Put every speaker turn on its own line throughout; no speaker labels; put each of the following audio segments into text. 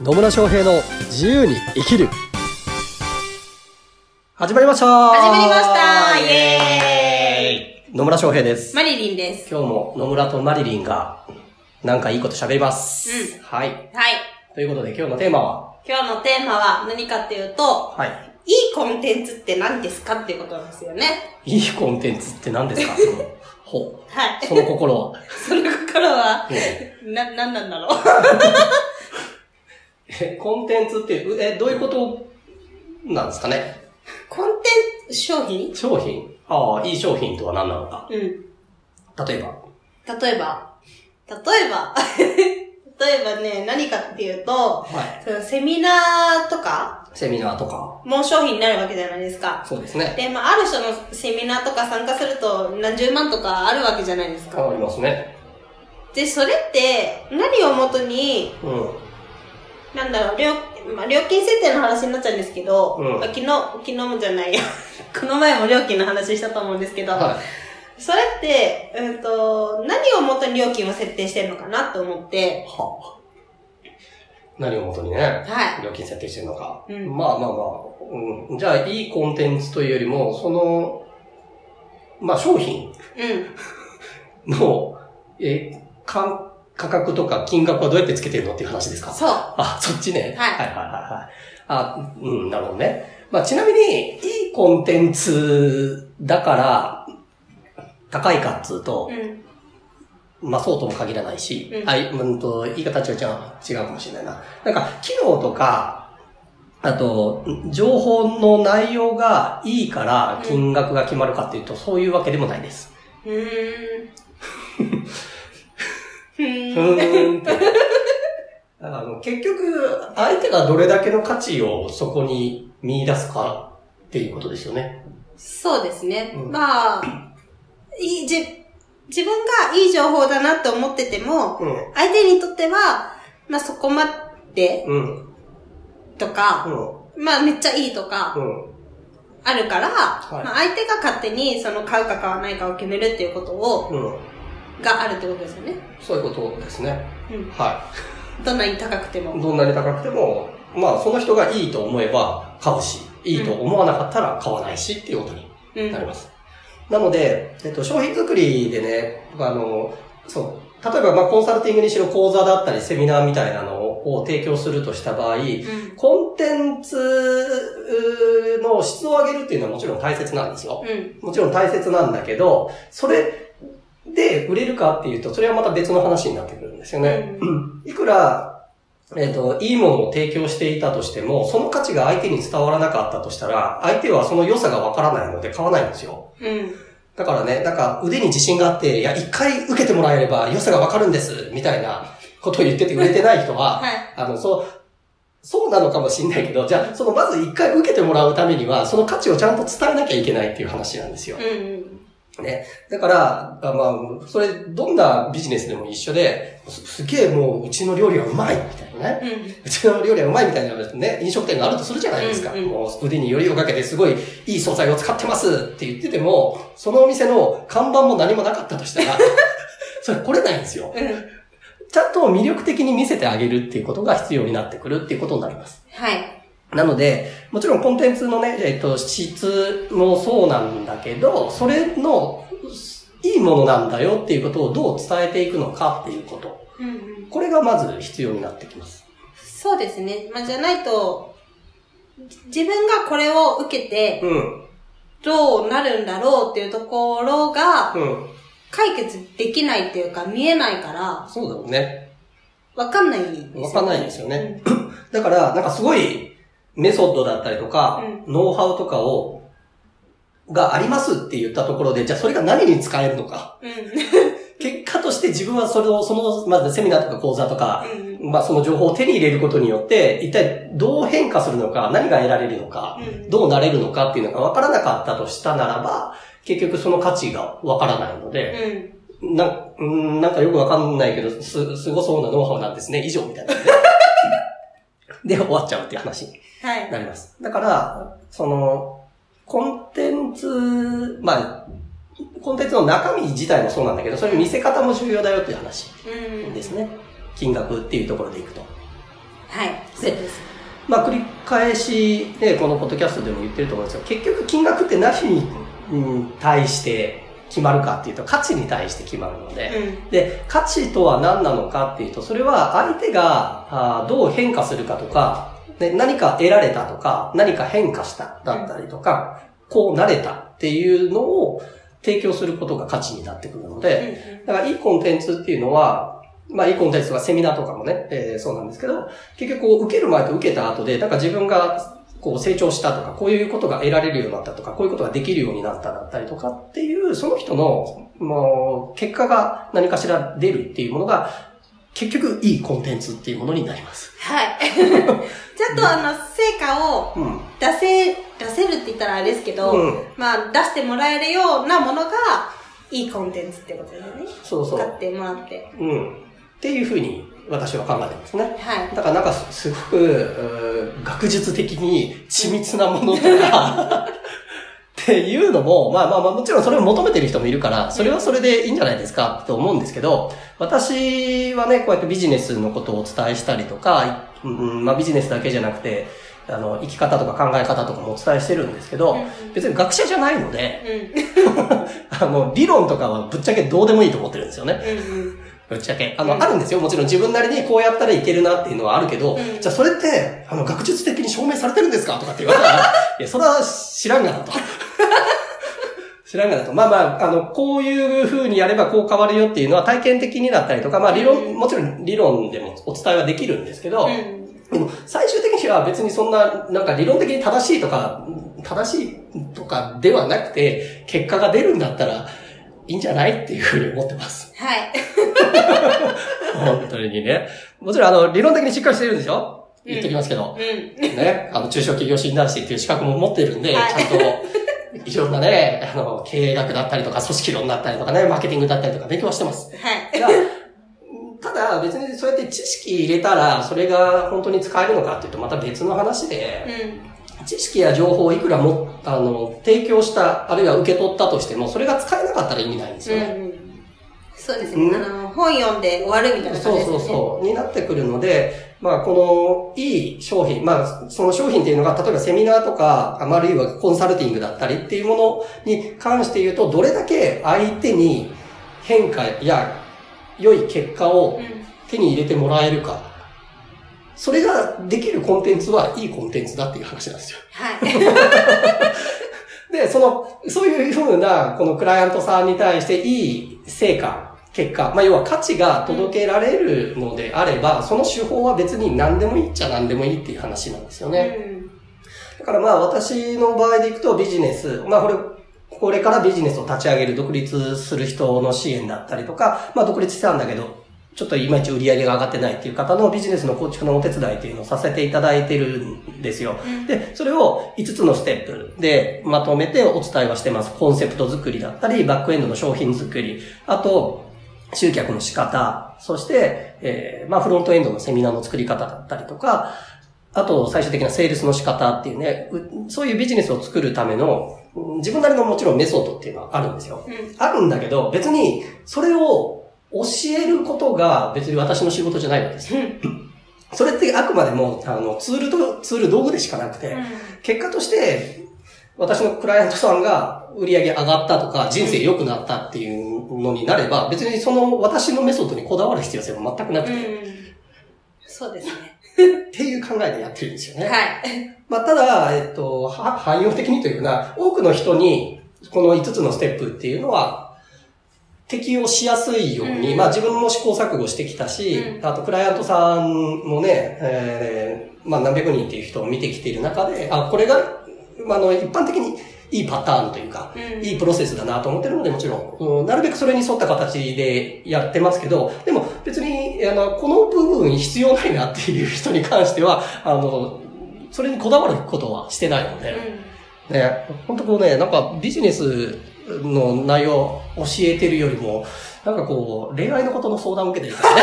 野村翔平の自由に生きる始まりました
始まりましたイエ
ーイ野村翔平です。
マリリンです。
今日も野村とマリリンがなんかいいこと喋ります。
う
はい。
はい。
ということで今日のテーマは
今日のテーマは何かっていうと、
はい。
いいコンテンツって何ですかっていうことなんですよね。
いいコンテンツって何 ですかほ
は
う。
い。
その心は。
その心は、
うん
な、何なんだろう。
えコンテンツって、うえ、どういうことなんですかね
コンテンツ、商品
商品ああ、いい商品とは何なのか。
うん。
例えば。
例えば、例えば、 例えばね、何かっていうと、
はい。
そのセミナーとか
セミナーとか。
も商品になるわけじゃないですか。
そうですね。
で、まあ、ある人のセミナーとか参加すると何十万とかあるわけじゃないです
変
か。
わりますね。
で、それって何をもとに
うん。
なんだろう、料,、まあ、料金設定の話になっちゃうんですけど、
うん
まあ昨日、昨日もじゃないよ。 この前も料金の話したと思うんですけど、
は
それって、うんと、何をもとに料金を設定してるのかなと思っ
い。
て、
は何をもとにね、
は
料金設定してるのか。
うん
まあまあまあ、うん。じゃあ、いいコンテンツというよりも、その、まあ商品
い。うん。
の、え、か、価格とか金額はどうやってつけてるのっていう話ですか
そう。は
あ、そっちね。
はい
はいはいはいはい。あ、うん、なるほどね。まあ、ちなみに、いいコンテンツだから、高いかっつうと
い。、 うん。
まあ、そうとも限らないし、
うん
はい、うんと、言い方違う、違うかもしれないな。なんか、機能とか、あと、ん情報の内容がいいから
うん
金額が決まるかっていうと、そういうわけでもないです。
うーん。ふ
う
ーん。
ーんって。 だからあの結局、相手がどれだけの価値をそこに見出すかっていうことですよね。
そうですね。
うん
まあ、いい、じ、自分がいい情報だなって思ってても、
うん。
相手にとっては、まあそこまで
うん。
とか
う、ん。
まあめっちゃいいとか
う、ん。
あるから、
い
まあ相手が勝手にその買うか買わないかを決めるっていうことを、
うん。
があるってことですよね。
そういうことですね。
うん。
は
どんなに高くて
い。
も。
どんなに高くても、まあ、その人がいいと思えば買うし、いいと思わなかったら買わないしっていうことに
うん。
なります。なので、えっと、商品作りでね、僕あの、そう、例えば、まあ、コンサルティングにしろ講座だったり、セミナーみたいなのを提供するとした場合、
うん。
コンテンツの質を上げるっていうのはもちろん大切なんですよ。
うん。
もちろん大切なんだけど、それで売れるかっていうと、それはまた別の話になってくるんですよね。
う
いくら、えっ、と、いいものを提供していたとしても、その価値が相手に伝わらなかったとしたら、相手はその良さがわからないので買わないんですよ。
うん。
だからね、なんか腕に自信があって、いや、一回受けてもらえれば良さがわかるんです、みたいなことを言ってて売れてない人は、
はい。
あの、そう、そうなのかもしんないけど、じゃあ、そのまず一回受けてもらうためには、その価値をちゃんと伝えなきゃいけないっていう話なんですよ。
うん。
ね。だから、あまあ、それ、どんなビジネスでも一緒で、すすげえもう、うちの料理はうまいみたいなね。
うん。
うちの料理はうまいみたいなね、飲食店があるとするじゃないですか。
うんうん
もう腕によりをかけて、すごいいい素材を使ってますって言ってても、そのお店の看板も何もなかったとした ら、それ来れないんですよ。
うん。
ちゃんと魅力的に見せてあげるっていうことが必要になってくるっていうことになります。
はい。
なので、もちろんコンテンツのね、えっと、質もそうなんだけど、それのいいものなんだよっていうことをどう伝えていくのかっていうこと。
うん。うん。
これがまず必要になってきます。
そうですね。まあ、じゃないと、じ自分がこれを受けて、
うん。
どうなるんだろうっていうところが、
うん。
解決できないっていうか、見えないから、
そうだよね。
わかんないんですよね。
わかんないんですよね。
うん。
だから、なんかすごいメソッドだったりとか、ノウハウとかを、がありますって言ったところで、じゃあそれが何に使えるのか。結果として自分はそれを、その、まずセミナーとか講座とか、
うん。うん。
まあその情報を手に入れることによって、一体どう変化するのか、何が得られるのか、
うん
どうなれるのかっていうのが分からなかったとしたならば、結局その価値が分からないので、
うん。
な、うんなんかよく分かんないけど、す、すごそうなノウハウなんですね、以上みたいな。 で、終わっちゃうっていう話に
はい。
なります。だから、その、コンテンツ、まあ、コンテンツの中身自体もそうなんだけど、それ見せ方も重要だよっていう話
うん。
ですね。金額っていうところでいくと。
はい。そうです。
まあ、繰り返し、ね、このポッドキャストでも言ってると思うんですけど、結局金額って何にうん対して決まるかっていうと、価値に対して決まるので、
う
で、価値とは何なのかっていうと、それは相手があーどう変化するかとか、で何か得られたとか、何か変化しただったりとか、こうなれたっていうのを提供することが価値になってくるので、
ん。
だからいいコンテンツっていうのは、まあいいコンテンツとかセミナーとかもね、えーそうなんですけど、結局こう受ける前と受けた後で、なんか自分がこう成長したとか、こういうことが得られるようになったとか、こういうことができるようになっただったりとかっていう、その人の、もう、結果が何かしら出るっていうものが、結局いいコンテンツっていうものになります。
はい。 ちょっとあの、成果を
うん。
出せ、出せるって言ったらあれですけど、
うん。
まあ、出してもらえるようなものが、いいコンテンツってことですよね。
そうそ
使
う
っ。てもらって。
うん。っていうふうに私は考えてますね。
はい。
だからなんかすごく、うー学術的に緻密なものとか、っていうのも、まあまあまあもちろんそれを求めてる人もいるから、それはそれでいいんじゃないですかと思うんですけど、私はね、こうやってビジネスのことをお伝えしたりとか、うんまあビジネスだけじゃなくて、あの、生き方とか考え方とかもお伝えしてるんですけど、別に学者じゃないので、
う
あの、理論とかはぶっちゃけどうでもいいと思ってるんですよね。
ん。うん。うん。
ぶっちゃけ。あの、
うん
あるんですよ。もちろん自分なりにこうやったらいけるなっていうのはあるけど、
うん
じゃあそれって、あの、学術的に証明されてるんですかとかって言われた ら、いや、それは知らんがなと。 知らんがなと。まあまあ、あの、こういう風にやればこう変わるよっていうのは体験的にだったりとか、まあ理
う
論、
ん
もちろん理論でもお伝えはできるんですけど、
うん。
でも最終的には別にそんな、なんか理論的に正しいとか、正しいとかではなくて、結果が出るんだったらいいんじゃないっていう風に思ってます。
はい。
本当にね。もちろん、あの、理論的にしっかりしてるんでしょ
うん
言っときますけど。
うん。
ね。あの、中小企業診断士っていう資格も持ってるんで、
はい
ちゃんと、いろんなね、あの、経営学だったりとか、組織論だったりとかね、マーケティングだったりとか勉強はしてます。
はい。
がただ、別にそうやって知識入れたら、それが本当に使えるのかっていうと、また別の話で、
うん。
知識や情報をいくらも、あの、提供した、あるいは受け取ったとしても、それが使えなかったら意味ないんですよね。
うん。そうです
う
ね。
ん
あの、本読んで終わるみたいな感
そ
じ
う
ですね。
そうそう。になってくるので、まあ、この、いい商品、まあ、その商品っていうのが、例えばセミナーとか、あまああるいはコンサルティングだったりっていうものに関して言うと、どれだけ相手に変化や良い結果を
うん。
手に入れてもらえるか。それができるコンテンツはいいコンテンツだっていう話なんですよ。
はい。
で、その、そういうふうな、このクライアントさんに対していい成果、結果、まあ、要は価値が届けられるのであれば、その手法は別に何でもいいっちゃ何でもいいっていう話なんですよね。
うん。
だからまあ私の場合でいくとビジネス、まあこれ、これからビジネスを立ち上げる、独立する人の支援だったりとか、まあ独立したんだけど、ちょっといまいち売り上げが上がってないっていう方のビジネスの構築のお手伝いっていうのをさせていただいてるんですよ。
うん
で、それを5つのステップでまとめてお伝えはしてます。コンセプト作りだったり、バックエンドの商品作り、あと、集客の仕方、そして、えーまあ、フロントエンドのセミナーの作り方だったりとか、あと、最終的なセールスの仕方っていうね、うそういうビジネスを作るための、うん自分なりのもちろんメソッドっていうのはあるんですよ。
うん。
あるんだけど、別に、それを教えることが別に私の仕事じゃないわけです。それってあくまでも、あの、ツールと、ツール道具でしかなくて、結果として、私のクライアントさんが売り上げ上がったとか、人生良くなったっていうのになれば、別にその私のメソッドにこだわる必要性は全くなく
う
て、
ん。うん。そうですね。
っていう考えでやってるんですよね。
はい。
まあ、ただ、えっと、は汎用的にというか、多くの人に、この5つのステップっていうのは、適用しやすいように、
うん
まあ自分も試行錯誤してきたし、
うん
あとクライアントさんもね、えーまあ何百人っていう人を見てきている中で、あ、これが、まああの、一般的にいいパターンというか、
うん。
いいプロセスだなと思ってるので、もちろん、うんなるべくそれに沿った形でやってますけど、でも別に、あの、この部分必要ないなっていう人に関しては、あの、それにこだわることはしてないので、ね、本当こうね、なんかビジネスの内容を教えてるよりも、なんかこう、恋愛のことの相談を受けてるから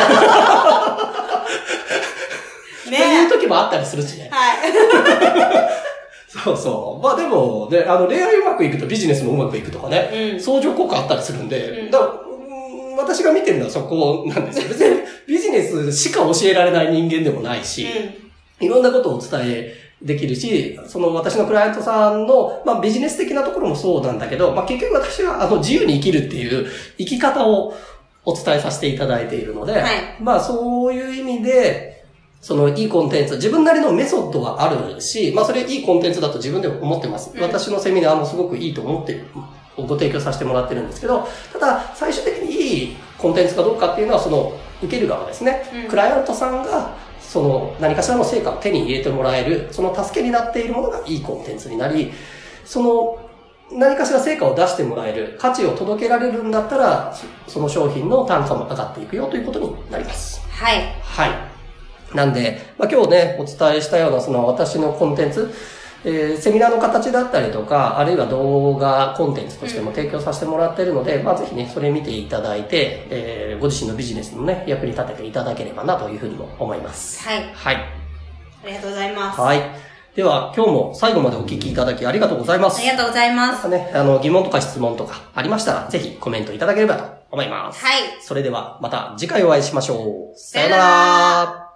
ね、って
うん。
い
ね
う時もあったりするしね
え。。はい。
そうそう。まあでも、ね、あの、恋愛うまくいくとビジネスもうまくいくとかね、
うん。
相乗効果あったりするんで、
うん
だからうん 私が見てるのはそこなんですよ。別にビジネスしか教えられない人間でもないし、
うん。
いろんなことをお伝えできるし、その私のクライアントさんの、まあ、ビジネス的なところもそうなんだけど、まあ、結局私はあの自由に生きるっていう生き方をお伝えさせていただいているので、
はい
まあそういう意味で、そのいいコンテンツ、自分なりのメソッドはあるし、まあそれいいコンテンツだと自分でも思ってます。
うん
私のセミナーもすごくいいと思ってる、ご提供させてもらってるんですけど、ただ最終的にいいコンテンツかどうかっていうのはその受ける側ですね。
うん
クライアントさんがその何かしらの成果を手に入れてもらえる、その助けになっているものがいいコンテンツになり、その何かしら成果を出してもらえる、価値を届けられるんだったら、そその商品の単価も上がっていくよということになります。
はい。
はい。なんで、まあ、今日ね、お伝えしたようなその私のコンテンツ、えーセミナーの形だったりとか、あるいは動画コンテンツとしても提供させてもらってるので、まあぜひね、それ見ていただいて、えーご自身のビジネスのね、役に立てていただければなというふうにも思います。
はい。
はい。
ありがとうございます。
はい。では、今日も最後までお聞きいただきありがとうございます
あり。がとうございます。
ね、あの、疑問とか質問とかありましたら、ぜひコメントいただければと思います。
はい。
それでは、また次回お会いしましょう。さような
さような
ら。